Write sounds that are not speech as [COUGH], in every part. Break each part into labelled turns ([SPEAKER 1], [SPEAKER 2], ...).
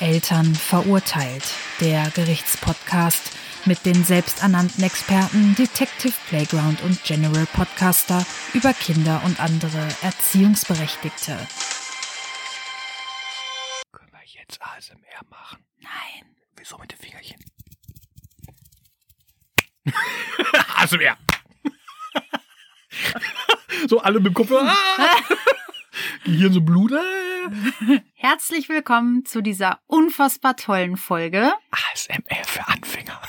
[SPEAKER 1] Eltern verurteilt. Der Gerichtspodcast mit den selbsternannten Experten Detective Playground und General Podcaster über Kinder und andere Erziehungsberechtigte.
[SPEAKER 2] Können wir jetzt ASMR machen?
[SPEAKER 1] Nein.
[SPEAKER 2] Wieso mit dem [LAUGHS] Fingerchen? ASMR! [LAUGHS] so alle mit dem
[SPEAKER 1] [LAUGHS]
[SPEAKER 2] Kopf. Ah! Gehirn so Blut. Äh.
[SPEAKER 1] Herzlich willkommen zu dieser unfassbar tollen Folge.
[SPEAKER 2] ASMR für Anfänger.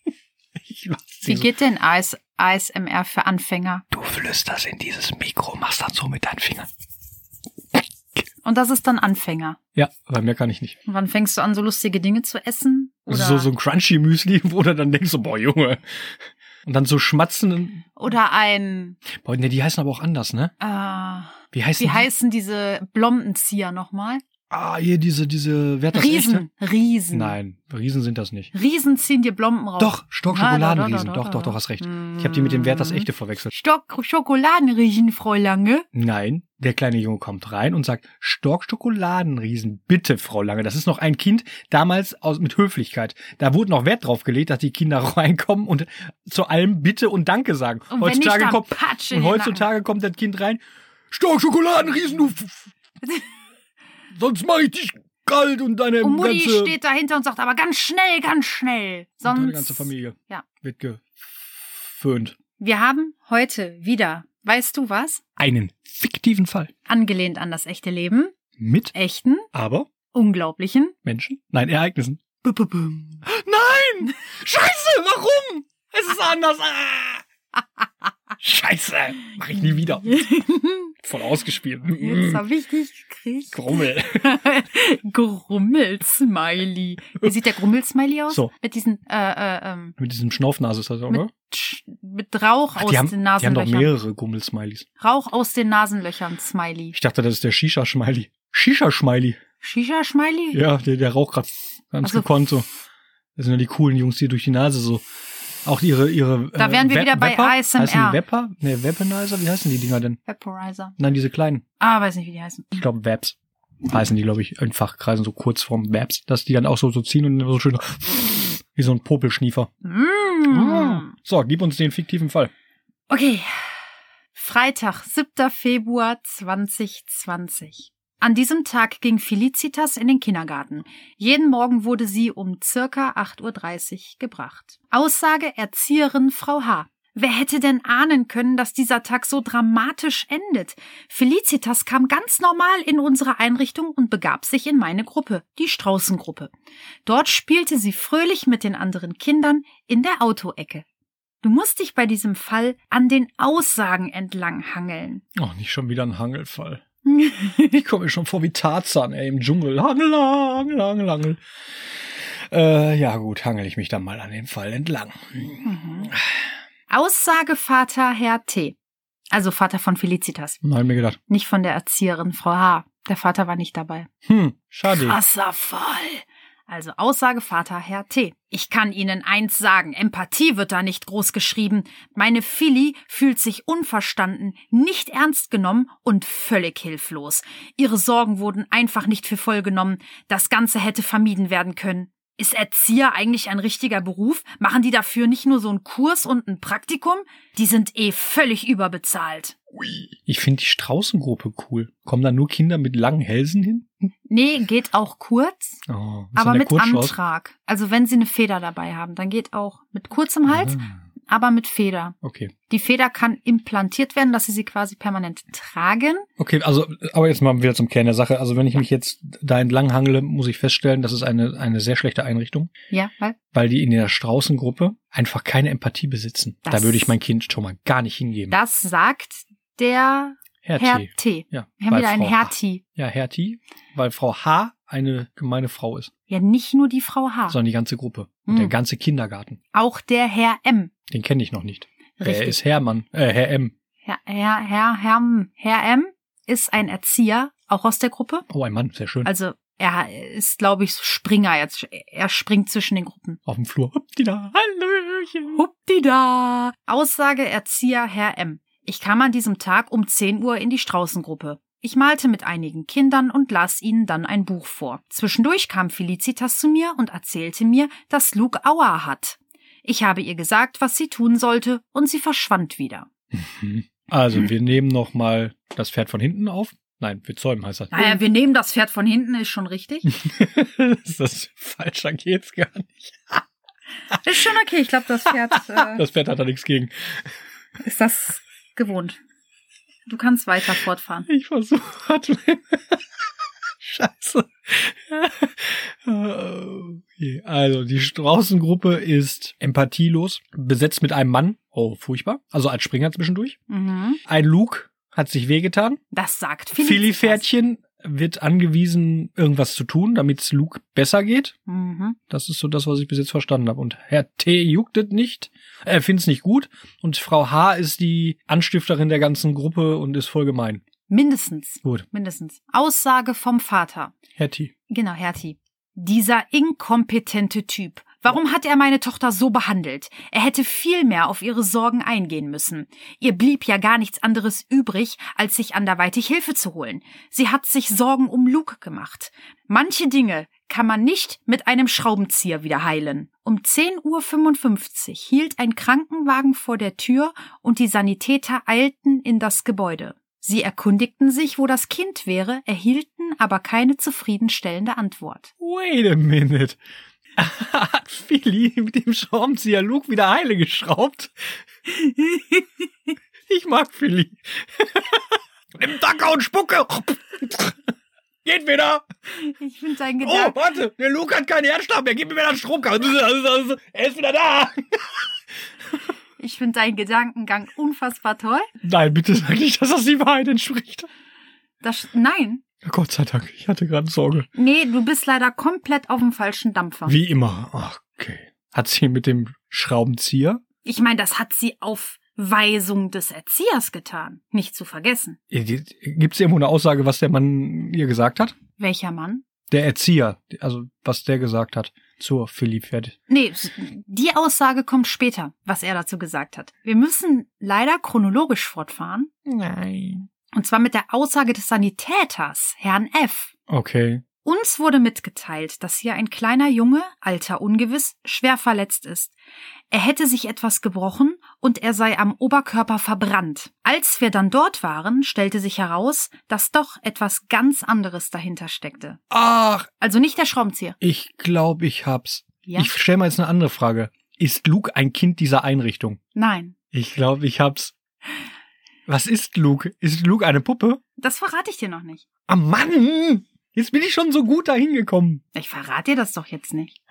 [SPEAKER 2] [LAUGHS] ich lass
[SPEAKER 1] Wie
[SPEAKER 2] sie so.
[SPEAKER 1] geht denn AS ASMR für Anfänger?
[SPEAKER 2] Du flüsterst in dieses Mikro, machst dann so mit deinen Fingern.
[SPEAKER 1] Und das ist dann Anfänger.
[SPEAKER 2] Ja, bei mir kann ich nicht.
[SPEAKER 1] Und wann fängst du an, so lustige Dinge zu essen?
[SPEAKER 2] Das
[SPEAKER 1] Oder,
[SPEAKER 2] ist so, so ein Crunchy-Müsli, wo du dann denkst, so, boah, Junge. Und dann so schmatzen.
[SPEAKER 1] oder ein,
[SPEAKER 2] Boah, ne, die heißen aber auch anders, ne?
[SPEAKER 1] äh,
[SPEAKER 2] Wie heißen
[SPEAKER 1] wie
[SPEAKER 2] die?
[SPEAKER 1] heißen diese Blombenzieher nochmal?
[SPEAKER 2] ah, hier diese, diese, wer hat das
[SPEAKER 1] Riesen,
[SPEAKER 2] Echte?
[SPEAKER 1] Riesen.
[SPEAKER 2] Nein, Riesen sind das nicht.
[SPEAKER 1] Riesen ziehen dir Blomben raus.
[SPEAKER 2] Doch, Stockschokoladenriesen.
[SPEAKER 1] Oh. Ah,
[SPEAKER 2] Doch, doch, doch, hast recht. Ich habe die mit dem Wert das
[SPEAKER 1] Mhm.
[SPEAKER 2] Echte verwechselt.
[SPEAKER 1] Stock Schokoladenriesen, Fräulange.
[SPEAKER 2] Nein, der kleine Junge kommt rein und sagt, Stockschokoladenriesen, bitte, Frau Lange. Das ist noch ein Kind, damals aus, mit Höflichkeit. Da wurde noch Wert drauf gelegt, dass die Kinder [LAUGHS] reinkommen und zu allem Bitte und Danke sagen.
[SPEAKER 1] Und
[SPEAKER 2] heutzutage
[SPEAKER 1] wenn nicht, dann
[SPEAKER 2] kommt,
[SPEAKER 1] Patsch in
[SPEAKER 2] und
[SPEAKER 1] den
[SPEAKER 2] heutzutage kommt das Kind rein,
[SPEAKER 1] [LAUGHS]
[SPEAKER 2] Stockschokoladenriesen, du... F- Sonst mache ich dich kalt und deine
[SPEAKER 1] Nacken. Und Mutti
[SPEAKER 2] ganze...
[SPEAKER 1] steht dahinter und sagt, aber ganz schnell, ganz schnell.
[SPEAKER 2] Und
[SPEAKER 1] Sonst.
[SPEAKER 2] deine ganze Familie
[SPEAKER 1] Ja.
[SPEAKER 2] wird geföhnt.
[SPEAKER 1] Wir haben heute wieder, weißt du was?
[SPEAKER 2] Einen fiktiven Fall.
[SPEAKER 1] Angelehnt an das echte Leben,
[SPEAKER 2] Mit
[SPEAKER 1] echten,
[SPEAKER 2] aber
[SPEAKER 1] unglaublichen.
[SPEAKER 2] Menschen? Nein, Ereignissen.
[SPEAKER 1] Bum-bum-bum.
[SPEAKER 2] Nein! Scheiße, warum? Es ist anders. Ah!
[SPEAKER 1] [LAUGHS]
[SPEAKER 2] Scheiße, mach ich nie wieder. Voll ausgespielt.
[SPEAKER 1] Jetzt hab ich dich gekriegt.
[SPEAKER 2] Grummel.
[SPEAKER 1] [LAUGHS] Grummelsmiley. Wie sieht der Grummelsmiley aus?
[SPEAKER 2] So.
[SPEAKER 1] Mit diesen äh, äh, ähm,
[SPEAKER 2] Mit diesem Schnaufnase ist das, ne? oder?
[SPEAKER 1] Tsch, mit Rauch
[SPEAKER 2] Ach,
[SPEAKER 1] aus
[SPEAKER 2] die, haben,
[SPEAKER 1] den
[SPEAKER 2] die haben doch
[SPEAKER 1] Nasenlöchern.
[SPEAKER 2] mehrere Gummelsmileys.
[SPEAKER 1] Rauch aus den Nasenlöchern, Smiley.
[SPEAKER 2] Ich dachte, das ist der Shisha-Schmiley. Shisha-Schmiley.
[SPEAKER 1] Shisha-Smiley?
[SPEAKER 2] Ja, der, der raucht grad ganz
[SPEAKER 1] Also-
[SPEAKER 2] gekonnt so. Das sind ja die coolen Jungs, die durch die Nase so. Auch ihre, ihre.
[SPEAKER 1] Da wären wir
[SPEAKER 2] Wep-
[SPEAKER 1] wieder bei
[SPEAKER 2] Wepper?
[SPEAKER 1] ASMR.
[SPEAKER 2] Heißen die Wepper? Ne, Weaponizer? Wie heißen die Dinger denn?
[SPEAKER 1] Vaporizer.
[SPEAKER 2] Nein, diese kleinen.
[SPEAKER 1] Ah, weiß nicht, wie die heißen.
[SPEAKER 2] ich glaube Webs heißen die, glaube ich, in Fachkreisen so kurz vorm Webs, dass die dann auch so, so ziehen und so schön wie so [LAUGHS] ein Popelschniefer.
[SPEAKER 1] Mm.
[SPEAKER 2] So, gib uns den fiktiven Fall.
[SPEAKER 1] Okay. Freitag, 7. Februar 2020. An diesem Tag ging Felicitas in den Kindergarten. Jeden Morgen wurde sie um circa 8.30 Uhr gebracht. Aussage Erzieherin Frau H. Wer hätte denn ahnen können, dass dieser Tag so dramatisch endet? Felicitas kam ganz normal in unsere Einrichtung und begab sich in meine Gruppe, die Straußengruppe. Dort spielte sie fröhlich mit den anderen Kindern in der Autoecke. Du musst dich bei diesem Fall an den Aussagen entlang hangeln.
[SPEAKER 2] Oh, nicht schon wieder ein Hangelfall.
[SPEAKER 1] [LAUGHS]
[SPEAKER 2] Ich komme mir schon vor wie Tarzan, ey, im Dschungel. Hangel, hangel, hangel, hangel. Äh, ja gut, hangel ich mich dann mal an dem Fall entlang.
[SPEAKER 1] Aussage Vater Herr T. Also Vater von Felicitas,
[SPEAKER 2] Dann hab ich mir gedacht,
[SPEAKER 1] nicht von der Erzieherin Frau H. Der Vater war nicht dabei.
[SPEAKER 2] hm, schade.
[SPEAKER 1] Wasserfall. Also Aussage Vater Herr T. Ich kann Ihnen eins sagen, Empathie wird da nicht groß geschrieben. Meine Philly fühlt sich unverstanden, nicht ernst genommen und völlig hilflos. Ihre Sorgen wurden einfach nicht für voll genommen. Das Ganze hätte vermieden werden können. Ist Erzieher eigentlich ein richtiger Beruf? Machen die dafür nicht nur so einen Kurs und ein Praktikum? Die sind eh völlig überbezahlt.
[SPEAKER 2] Ich finde die Straußengruppe cool. Kommen da nur Kinder mit langen Hälsen hin?
[SPEAKER 1] Nee, geht auch kurz.
[SPEAKER 2] Oh, ist dann
[SPEAKER 1] Aber
[SPEAKER 2] der
[SPEAKER 1] mit
[SPEAKER 2] Kurzschluss?
[SPEAKER 1] Antrag. Also wenn sie eine Feder dabei haben, dann geht auch mit kurzem Hals,
[SPEAKER 2] Ah,
[SPEAKER 1] aber mit Feder.
[SPEAKER 2] okay.
[SPEAKER 1] Die Feder kann implantiert werden, dass sie sie quasi permanent tragen.
[SPEAKER 2] Okay, also, aber jetzt mal wieder zum Kern der Sache. Also, wenn ich mich jetzt da entlang hangle, muss ich feststellen, das ist eine, eine sehr schlechte Einrichtung,
[SPEAKER 1] Ja, weil
[SPEAKER 2] weil die in der Straußengruppe einfach keine Empathie besitzen.
[SPEAKER 1] Das-
[SPEAKER 2] da würde ich mein Kind schon mal gar nicht hingeben.
[SPEAKER 1] das sagt der
[SPEAKER 2] Herr
[SPEAKER 1] Herr
[SPEAKER 2] T.
[SPEAKER 1] T.
[SPEAKER 2] Ja,
[SPEAKER 1] Wir haben
[SPEAKER 2] weil
[SPEAKER 1] wieder einen
[SPEAKER 2] Frau
[SPEAKER 1] Herr
[SPEAKER 2] H.
[SPEAKER 1] T.
[SPEAKER 2] Ja, Herr T, weil Frau H eine gemeine Frau ist,
[SPEAKER 1] Ja, nicht nur die Frau H.
[SPEAKER 2] sondern die ganze Gruppe und
[SPEAKER 1] Ah. Hm.
[SPEAKER 2] der ganze Kindergarten.
[SPEAKER 1] Auch der Herr M.
[SPEAKER 2] Den kenne ich noch nicht. Der
[SPEAKER 1] Richtig.
[SPEAKER 2] ist Hermann, äh, Herr M.
[SPEAKER 1] Herr, Herr, Herr, Herr, M. Herr M ist ein Erzieher, auch aus der Gruppe.
[SPEAKER 2] Oh, ein Mann, sehr schön.
[SPEAKER 1] Also er ist, glaube ich, Springer jetzt. Er springt zwischen den Gruppen.
[SPEAKER 2] Auf dem Flur. Huppdida, Hallöchen.
[SPEAKER 1] Huppdida! Aussage Erzieher Herr M. Ich kam an diesem Tag um 10 Uhr in die Straußengruppe. Ich malte mit einigen Kindern und las ihnen dann ein Buch vor. Zwischendurch kam Felicitas zu mir und erzählte mir, dass Luke Auer hat. Ich habe ihr gesagt, was sie tun sollte, und sie verschwand wieder.
[SPEAKER 2] Also, wir nehmen nochmal das Pferd von hinten auf. Nein, wir zäumen heißt das.
[SPEAKER 1] Naja, Äh, wir nehmen das Pferd von hinten, ist schon richtig.
[SPEAKER 2] ist [LAUGHS] das falscher geht's gar nicht.
[SPEAKER 1] [LAUGHS] Ist schon okay, ich glaube, das [LAUGHS] Pferd äh,
[SPEAKER 2] Das Pferd hat da nichts gegen.
[SPEAKER 1] ist das gewohnt. Du kannst weiter fortfahren.
[SPEAKER 2] Ich versuche. [LAUGHS] Scheiße. [LAUGHS] Okay, Also, die Straußengruppe ist empathielos, besetzt mit einem Mann. Oh, furchtbar. Also als Springer zwischendurch.
[SPEAKER 1] Mhm.
[SPEAKER 2] Ein Luke hat sich wehgetan.
[SPEAKER 1] Das sagt Felicitas.
[SPEAKER 2] Philly-Pferdchen wird angewiesen, irgendwas zu tun, damit es Luke besser geht.
[SPEAKER 1] Mhm.
[SPEAKER 2] Das ist so das, was ich bis jetzt verstanden habe. Und Herr T. juckt es nicht, er äh, find's nicht gut. Und Frau H. ist die Anstifterin der ganzen Gruppe und ist voll gemein.
[SPEAKER 1] Mindestens.
[SPEAKER 2] Gut.
[SPEAKER 1] Mindestens. Aussage vom Vater.
[SPEAKER 2] Herr T.
[SPEAKER 1] Genau, Hertie. Dieser inkompetente Typ. Warum hat er meine Tochter so behandelt? Er hätte viel mehr auf ihre Sorgen eingehen müssen. Ihr blieb ja gar nichts anderes übrig, als sich anderweitig Hilfe zu holen. Sie hat sich Sorgen um Luke gemacht. Manche Dinge kann man nicht mit einem Schraubenzieher wieder heilen. Um 10.55 Uhr hielt ein Krankenwagen vor der Tür und die Sanitäter eilten in das Gebäude. Sie erkundigten sich, wo das Kind wäre, erhielten aber keine zufriedenstellende Antwort.
[SPEAKER 2] Wait a minute. [LAUGHS] Hat Philly mit dem Schraubenzieher Luke wieder heile geschraubt? [LAUGHS] Ich mag Philly. [LAUGHS] Nimm Dacker und Spucke. [LAUGHS] Geht wieder.
[SPEAKER 1] Ich finde dein
[SPEAKER 2] Oh,
[SPEAKER 1] Gedanke.
[SPEAKER 2] warte, der Luke hat keinen Herzstab mehr. Gib mir wieder einen Stromkabel. [LAUGHS] Er ist wieder da.
[SPEAKER 1] Ich finde deinen Gedankengang unfassbar toll.
[SPEAKER 2] Nein, bitte sag nicht, dass das die Wahrheit entspricht.
[SPEAKER 1] Das, nein.
[SPEAKER 2] Gott sei Dank, ich hatte gerade Sorge.
[SPEAKER 1] Nee, du bist leider komplett auf dem falschen Dampfer.
[SPEAKER 2] Wie immer. Ach, Okay. Hat sie mit dem Schraubenzieher?
[SPEAKER 1] Ich meine, das hat sie auf Weisung des Erziehers getan. Nicht zu vergessen.
[SPEAKER 2] Gibt es Äh, irgendwo eine Aussage, was der Mann ihr gesagt hat?
[SPEAKER 1] Welcher Mann?
[SPEAKER 2] Der Erzieher, also was der gesagt hat zur Philly-Pferd.
[SPEAKER 1] Nee, s- die Aussage kommt später, was er dazu gesagt hat. Wir müssen leider chronologisch fortfahren.
[SPEAKER 2] Nein.
[SPEAKER 1] Und zwar mit der Aussage des Sanitäters, Herrn F.
[SPEAKER 2] Okay.
[SPEAKER 1] Uns wurde mitgeteilt, dass hier ein kleiner Junge, Alter ungewiss, schwer verletzt ist. Er hätte sich etwas gebrochen und er sei am Oberkörper verbrannt. Als wir dann dort waren, stellte sich heraus, dass doch etwas ganz anderes dahinter steckte.
[SPEAKER 2] Ach,
[SPEAKER 1] Also nicht der Schraubenzieher.
[SPEAKER 2] ich glaube, ich hab's.
[SPEAKER 1] Ja?
[SPEAKER 2] Ich stelle mal jetzt eine andere Frage. Ist Luke ein Kind dieser Einrichtung?
[SPEAKER 1] Nein.
[SPEAKER 2] Ich glaube, ich hab's. Was ist Luke? Ist Luke eine Puppe?
[SPEAKER 1] Das verrate ich dir noch nicht.
[SPEAKER 2] Ah, Mann! Jetzt bin ich schon so gut dahin gekommen.
[SPEAKER 1] Ich verrate dir das doch jetzt nicht.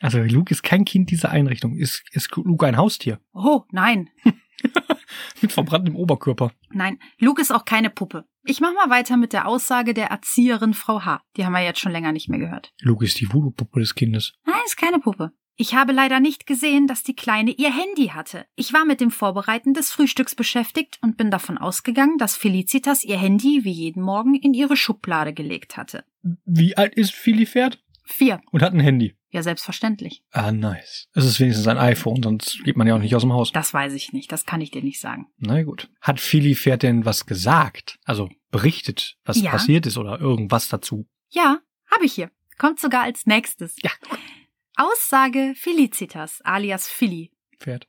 [SPEAKER 2] Also Luke ist kein Kind dieser Einrichtung. Ist, ist Luke ein Haustier? [LAUGHS]
[SPEAKER 1] Oh, nein.
[SPEAKER 2] Mit verbranntem Oberkörper.
[SPEAKER 1] Nein. Luke ist auch keine Puppe. Ich mach mal weiter mit der Aussage der Erzieherin Frau H. Die haben wir jetzt schon länger nicht mehr gehört.
[SPEAKER 2] Luke ist die Voodoo-Puppe des Kindes.
[SPEAKER 1] Nein, ist keine Puppe. Ich habe leider nicht gesehen, dass die Kleine ihr Handy hatte. Ich war mit dem Vorbereiten des Frühstücks beschäftigt und bin davon ausgegangen, dass Felicitas ihr Handy wie jeden Morgen in ihre Schublade gelegt hatte.
[SPEAKER 2] Wie alt ist Philly Pferd?
[SPEAKER 1] Vier.
[SPEAKER 2] Und hat ein Handy.
[SPEAKER 1] Ja, selbstverständlich.
[SPEAKER 2] Ah, nice. Es ist wenigstens ein iPhone, sonst geht man ja auch nicht aus dem Haus.
[SPEAKER 1] Das weiß ich nicht. Das kann ich dir nicht sagen.
[SPEAKER 2] Na gut. Hat Philly Pferd denn was gesagt? Also berichtet, was
[SPEAKER 1] Ja.
[SPEAKER 2] passiert ist oder irgendwas dazu?
[SPEAKER 1] Ja, habe ich hier. Kommt sogar als nächstes.
[SPEAKER 2] Ja.
[SPEAKER 1] Aussage Felicitas alias Philly.
[SPEAKER 2] Pferd.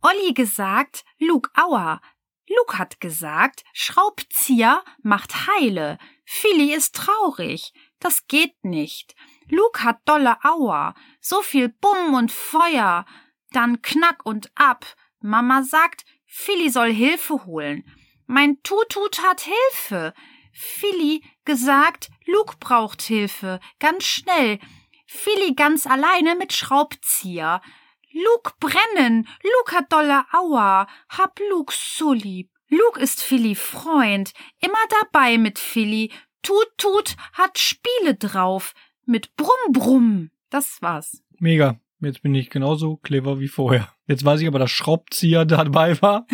[SPEAKER 1] Olli gesagt, Luke Auer. Luke hat gesagt, Schraubzieher macht heile. Philly ist traurig. Das geht nicht. Luke hat dolle Auer. So viel Bumm und Feuer. Dann knack und ab. Mama sagt, Philly soll Hilfe holen. Mein Tutut hat Hilfe. Philly gesagt, Luke braucht Hilfe. Ganz schnell. Philly ganz alleine mit Schraubzieher. Luke brennen! Luke hat dolle Aua! Hab Luke so lieb! Luke ist Philly Freund, immer dabei mit Philly. Tut, tut, hat Spiele drauf. Mit Brumm, Brumm. Das war's.
[SPEAKER 2] Mega. Jetzt bin ich genauso clever wie vorher. Jetzt weiß ich aber, dass [LAUGHS] Schraubzieher dabei war.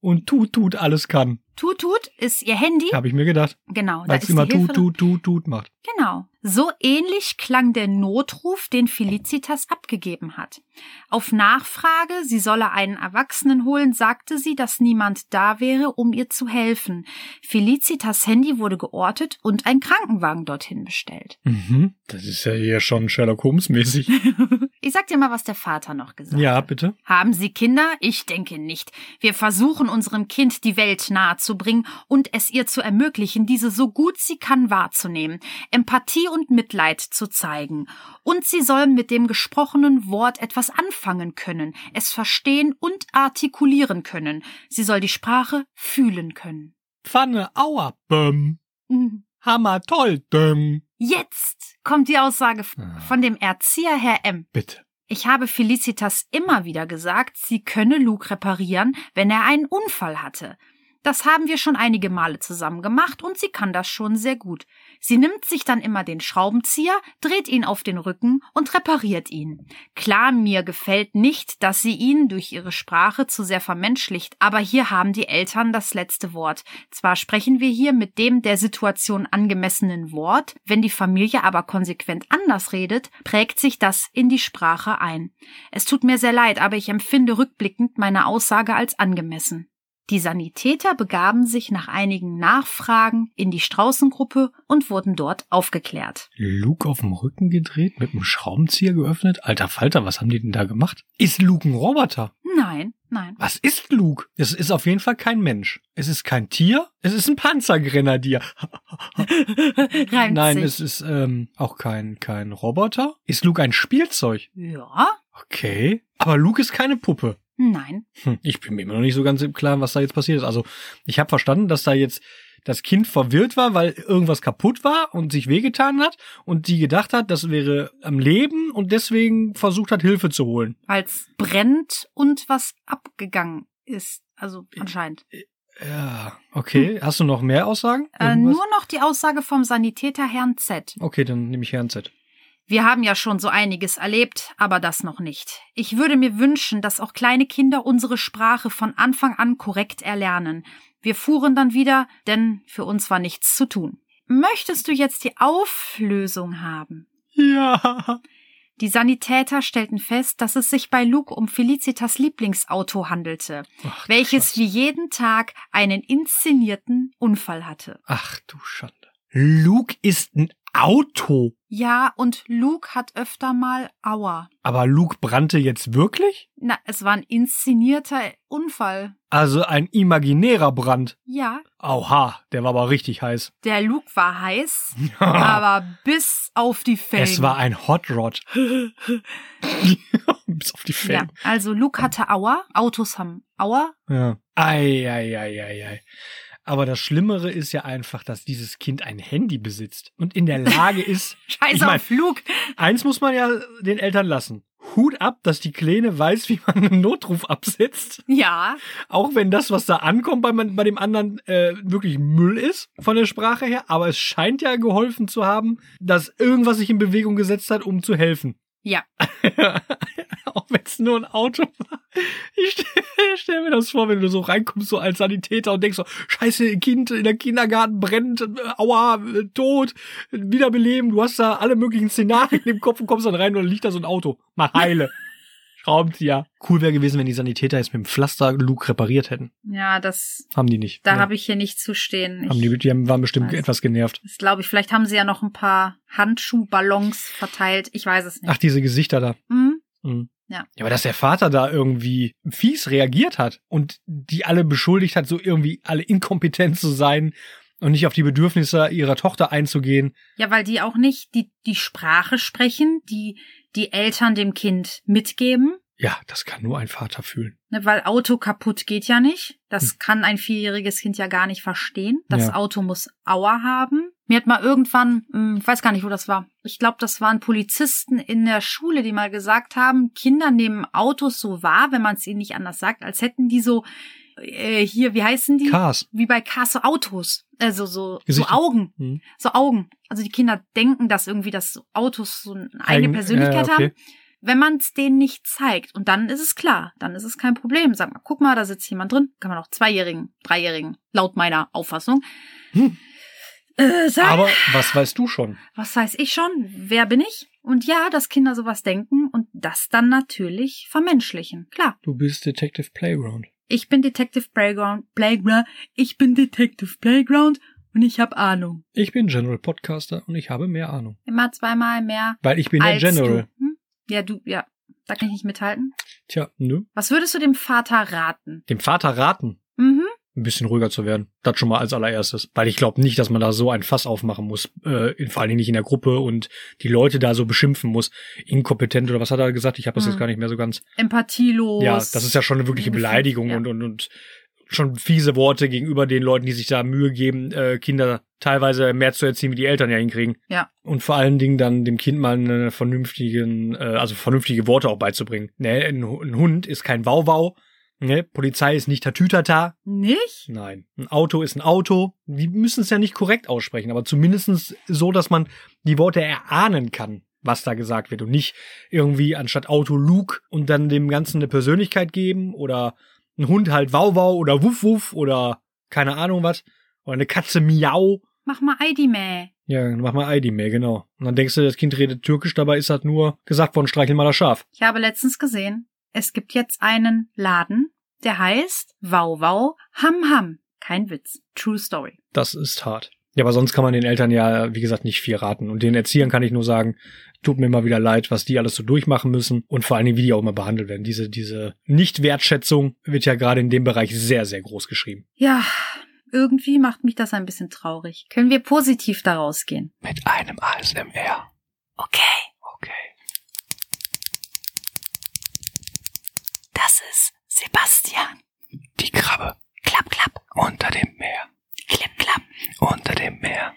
[SPEAKER 2] Und tut, tut, alles kann.
[SPEAKER 1] Tut, tut ist ihr Handy.
[SPEAKER 2] Habe ich mir gedacht,
[SPEAKER 1] Genau, da
[SPEAKER 2] weil es
[SPEAKER 1] ist
[SPEAKER 2] immer
[SPEAKER 1] die Hilfe.
[SPEAKER 2] tut, tut, tut, tut macht.
[SPEAKER 1] Genau. So ähnlich klang der Notruf, den Felicitas abgegeben hat. Auf Nachfrage, sie solle einen Erwachsenen holen, sagte sie, dass niemand da wäre, um ihr zu helfen. Felicitas Handy wurde geortet und ein Krankenwagen dorthin bestellt.
[SPEAKER 2] Mhm. Das ist ja hier schon Sherlock Holmes-mäßig.
[SPEAKER 1] Ich sag dir mal, was der Vater noch gesagt
[SPEAKER 2] [LAUGHS] ja,
[SPEAKER 1] hat.
[SPEAKER 2] bitte.
[SPEAKER 1] Haben Sie Kinder? Ich denke nicht. Wir versuchen unserem Kind die Welt nahezubringen und es ihr zu ermöglichen, diese so gut sie kann wahrzunehmen, Empathie und Mitleid zu zeigen. Und sie soll mit dem gesprochenen Wort etwas anfangen können, es verstehen und artikulieren können. Sie soll die Sprache fühlen können.
[SPEAKER 2] Pfanne, aua, bäm.
[SPEAKER 1] Mhm.
[SPEAKER 2] Hammer, toll, bäm.
[SPEAKER 1] Jetzt kommt die Aussage
[SPEAKER 2] Ah.
[SPEAKER 1] von dem Erzieher Herr M.
[SPEAKER 2] Bitte.
[SPEAKER 1] Ich habe Felicitas immer wieder gesagt, sie könne Luke reparieren, wenn er einen Unfall hatte. Das haben wir schon einige Male zusammen gemacht und sie kann das schon sehr gut. Sie nimmt sich dann immer den Schraubenzieher, dreht ihn auf den Rücken und repariert ihn. Klar, mir gefällt nicht, dass sie ihn durch ihre Sprache zu sehr vermenschlicht, aber hier haben die Eltern das letzte Wort. Zwar sprechen wir hier mit dem der Situation angemessenen Wort, wenn die Familie aber konsequent anders redet, prägt sich das in die Sprache ein. Es tut mir sehr leid, aber ich empfinde rückblickend meine Aussage als angemessen. Die Sanitäter begaben sich nach einigen Nachfragen in die Straußengruppe und wurden dort aufgeklärt.
[SPEAKER 2] Luke auf dem Rücken gedreht, mit einem Schraubenzieher geöffnet. Alter Falter, was haben die denn da gemacht? Ist Luke ein Roboter?
[SPEAKER 1] Nein, nein.
[SPEAKER 2] Was ist Luke? Es ist auf jeden Fall kein Mensch. Es ist kein Tier. Es ist ein Panzergrenadier.
[SPEAKER 1] Reimt
[SPEAKER 2] Nein,
[SPEAKER 1] sich.
[SPEAKER 2] es ist ähm, auch kein, kein Roboter. Ist Luke ein Spielzeug?
[SPEAKER 1] ja,
[SPEAKER 2] Okay. Aber Luke ist keine Puppe.
[SPEAKER 1] nein.
[SPEAKER 2] Hm, ich bin mir immer noch nicht so ganz im Klaren, was da jetzt passiert ist. Also ich habe verstanden, dass da jetzt das Kind verwirrt war, weil irgendwas kaputt war und sich wehgetan hat und die gedacht hat, das wäre am Leben und deswegen versucht hat, Hilfe zu holen.
[SPEAKER 1] Weil es brennt und was abgegangen ist. Also anscheinend.
[SPEAKER 2] Ja, okay. Hast du noch mehr Aussagen?
[SPEAKER 1] Hm. Äh,
[SPEAKER 2] Irgendwas?
[SPEAKER 1] nur noch die Aussage vom Sanitäter Herrn Z.
[SPEAKER 2] Okay, dann nehme ich Herrn Z.
[SPEAKER 1] Wir haben ja schon so einiges erlebt, aber das noch nicht. Ich würde mir wünschen, dass auch kleine Kinder unsere Sprache von Anfang an korrekt erlernen. Wir fuhren dann wieder, denn für uns war nichts zu tun. Möchtest du jetzt die Auflösung haben?
[SPEAKER 2] Ja.
[SPEAKER 1] Die Sanitäter stellten fest, dass es sich bei Luke um Felicitas Lieblingsauto handelte,
[SPEAKER 2] Ach, du
[SPEAKER 1] welches
[SPEAKER 2] Scheiße.
[SPEAKER 1] wie jeden Tag einen inszenierten Unfall hatte.
[SPEAKER 2] Ach du Schande. Luke ist ein Auto.
[SPEAKER 1] Ja, und Luke hat öfter mal Aua.
[SPEAKER 2] Aber Luke brannte jetzt wirklich?
[SPEAKER 1] Na, es war ein inszenierter Unfall.
[SPEAKER 2] Also ein imaginärer Brand.
[SPEAKER 1] Ja,
[SPEAKER 2] Oha, der war aber richtig heiß.
[SPEAKER 1] der Luke war
[SPEAKER 2] [LAUGHS]
[SPEAKER 1] heiß, aber bis auf die Felgen.
[SPEAKER 2] Es war ein Hot Rod. Bis auf die
[SPEAKER 1] ja,
[SPEAKER 2] Felgen.
[SPEAKER 1] also Luke hatte Aua, Autos haben Aua.
[SPEAKER 2] Ja. Ei, ei, ei, ei, ei. Aber das Schlimmere ist ja einfach, dass dieses Kind ein Handy besitzt und in der Lage ist.
[SPEAKER 1] Scheiß
[SPEAKER 2] Ich mein-
[SPEAKER 1] auf Luke.
[SPEAKER 2] eins muss man ja den Eltern lassen. Hut ab, dass die Kleine weiß, wie man einen Notruf absetzt.
[SPEAKER 1] Ja,
[SPEAKER 2] Auch wenn das, was da ankommt, bei, man, bei dem anderen äh, wirklich Müll ist von der Sprache her. Aber es scheint ja geholfen zu haben, dass irgendwas sich in Bewegung gesetzt hat, um zu helfen.
[SPEAKER 1] ja.
[SPEAKER 2] [LAUGHS] Auch wenn es nur ein Auto war. Ich stelle stell [LAUGHS] mir das vor, wenn du so reinkommst, so als Sanitäter und denkst so, scheiße, ihr Kind in der Kindergarten brennt, äh, aua, äh, tot, äh, wiederbeleben, du hast da alle möglichen Szenarien im Kopf und kommst dann rein und dann liegt da so ein Auto. Mal heile. Schraubenzieher. Cool wäre gewesen, wenn die Sanitäter jetzt mit dem Pflaster Luke repariert hätten.
[SPEAKER 1] Ja, das,
[SPEAKER 2] Haben die nicht.
[SPEAKER 1] da
[SPEAKER 2] Ja.
[SPEAKER 1] habe ich hier nicht zu stehen.
[SPEAKER 2] haben die,
[SPEAKER 1] Ich,
[SPEAKER 2] die haben, waren bestimmt
[SPEAKER 1] Weiß.
[SPEAKER 2] etwas genervt.
[SPEAKER 1] das glaube ich, vielleicht haben sie ja noch ein paar Handschuhballons verteilt. Ich weiß es
[SPEAKER 2] Ach,
[SPEAKER 1] nicht.
[SPEAKER 2] diese Gesichter da.
[SPEAKER 1] Hm?
[SPEAKER 2] Mhm.
[SPEAKER 1] Ja.
[SPEAKER 2] ja, aber dass der Vater da irgendwie fies reagiert hat und die alle beschuldigt hat, so irgendwie alle inkompetent zu sein und nicht auf die Bedürfnisse ihrer Tochter einzugehen.
[SPEAKER 1] Ja, weil die auch nicht die, die Sprache sprechen, die die Eltern dem Kind mitgeben.
[SPEAKER 2] Ja, das kann nur ein Vater fühlen.
[SPEAKER 1] Ne, weil Auto kaputt geht ja nicht. Das kann ein vierjähriges Kind ja gar nicht verstehen. Das
[SPEAKER 2] Hm. Ja.
[SPEAKER 1] Auto muss Aua haben. Mir hat mal irgendwann, hm, ich weiß gar nicht, wo das war. Ich glaube, das waren Polizisten in der Schule, die mal gesagt haben, Kinder nehmen Autos so wahr, wenn man es ihnen nicht anders sagt, als hätten die so äh, hier, wie heißen die?
[SPEAKER 2] Cars.
[SPEAKER 1] wie bei Cars so Autos, also so, so
[SPEAKER 2] Gesichter.
[SPEAKER 1] Augen,
[SPEAKER 2] Mhm.
[SPEAKER 1] so Augen. Also die Kinder denken, dass irgendwie das Autos so eine eigene
[SPEAKER 2] Eigen-
[SPEAKER 1] Persönlichkeit
[SPEAKER 2] ja, äh, okay.
[SPEAKER 1] haben. wenn man es denen nicht zeigt. Und dann ist es klar, dann ist es kein Problem. Sag mal, guck mal, da sitzt jemand drin. Kann man auch Zweijährigen, Dreijährigen, laut meiner Auffassung,
[SPEAKER 2] Hm.
[SPEAKER 1] äh, sagen.
[SPEAKER 2] Aber was weißt du schon?
[SPEAKER 1] was weiß ich schon, wer bin ich? Und ja, dass Kinder sowas denken und das dann natürlich vermenschlichen. Klar.
[SPEAKER 2] Du bist Detective Playground.
[SPEAKER 1] Ich bin Detective Playground, Playground, ich bin Detective Playground und ich habe Ahnung.
[SPEAKER 2] Ich bin General Podcaster und ich habe mehr Ahnung.
[SPEAKER 1] Immer zweimal mehr
[SPEAKER 2] Weil ich bin
[SPEAKER 1] als
[SPEAKER 2] der General.
[SPEAKER 1] du. Hm? Ja, du, ja, da kann ich nicht mithalten.
[SPEAKER 2] Tja, nö.
[SPEAKER 1] Was würdest du dem Vater raten?
[SPEAKER 2] Dem Vater raten,
[SPEAKER 1] Mhm.
[SPEAKER 2] ein bisschen ruhiger zu werden. Das schon mal als allererstes. Weil ich glaube nicht, dass man da so ein Fass aufmachen muss. Äh, in, vor allen Dingen nicht in der Gruppe und die Leute da so beschimpfen muss. Inkompetent oder was hat er gesagt? Ich habe das
[SPEAKER 1] Hm.
[SPEAKER 2] jetzt gar nicht mehr so ganz.
[SPEAKER 1] Empathielos.
[SPEAKER 2] Ja, das ist ja schon eine wirkliche Beleidigung
[SPEAKER 1] Ja.
[SPEAKER 2] und, und, und schon fiese Worte gegenüber den Leuten, die sich da Mühe geben, äh, Kinder teilweise mehr zu erziehen, wie die Eltern ja hinkriegen.
[SPEAKER 1] Ja.
[SPEAKER 2] Und vor allen Dingen dann dem Kind mal einen vernünftigen, äh, also vernünftige Worte auch beizubringen. Ne, ein, Hu- ein Hund ist kein Wauwau. Ne, Polizei ist nicht Tatütata.
[SPEAKER 1] Nicht?
[SPEAKER 2] Nein. Ein Auto ist ein Auto. Die müssen es ja nicht korrekt aussprechen, aber zumindestens so, dass man die Worte erahnen kann, was da gesagt wird und nicht irgendwie anstatt Auto Luke und dann dem Ganzen eine Persönlichkeit geben oder ein Hund halt Wauwau oder Wuff Wuff oder keine Ahnung was oder eine Katze Miau.
[SPEAKER 1] Mach mal Aidime.
[SPEAKER 2] Ja, dann mach mal ID mehr, genau. Und dann denkst du, das Kind redet Türkisch, dabei ist das nur gesagt worden, streichel mal das Schaf.
[SPEAKER 1] Ich habe letztens gesehen, es gibt jetzt einen Laden, der heißt Wow Wow Ham Ham. Kein Witz. True Story.
[SPEAKER 2] Das ist hart. Ja, aber sonst kann man den Eltern ja, wie gesagt, nicht viel raten. Und den Erziehern kann ich nur sagen, tut mir immer wieder leid, was die alles so durchmachen müssen und vor allen Dingen, wie die auch immer behandelt werden. Diese, diese Nicht-Wertschätzung wird ja gerade in dem Bereich sehr, sehr groß geschrieben.
[SPEAKER 1] Ja, irgendwie macht mich das ein bisschen traurig. Können wir positiv daraus gehen?
[SPEAKER 2] Mit einem ASMR.
[SPEAKER 1] Okay,
[SPEAKER 2] Okay.
[SPEAKER 1] das ist Sebastian.
[SPEAKER 2] Die Krabbe
[SPEAKER 1] Klapp, klapp,
[SPEAKER 2] unter dem Meer.
[SPEAKER 1] klipp, klapp.
[SPEAKER 2] Unter dem Meer.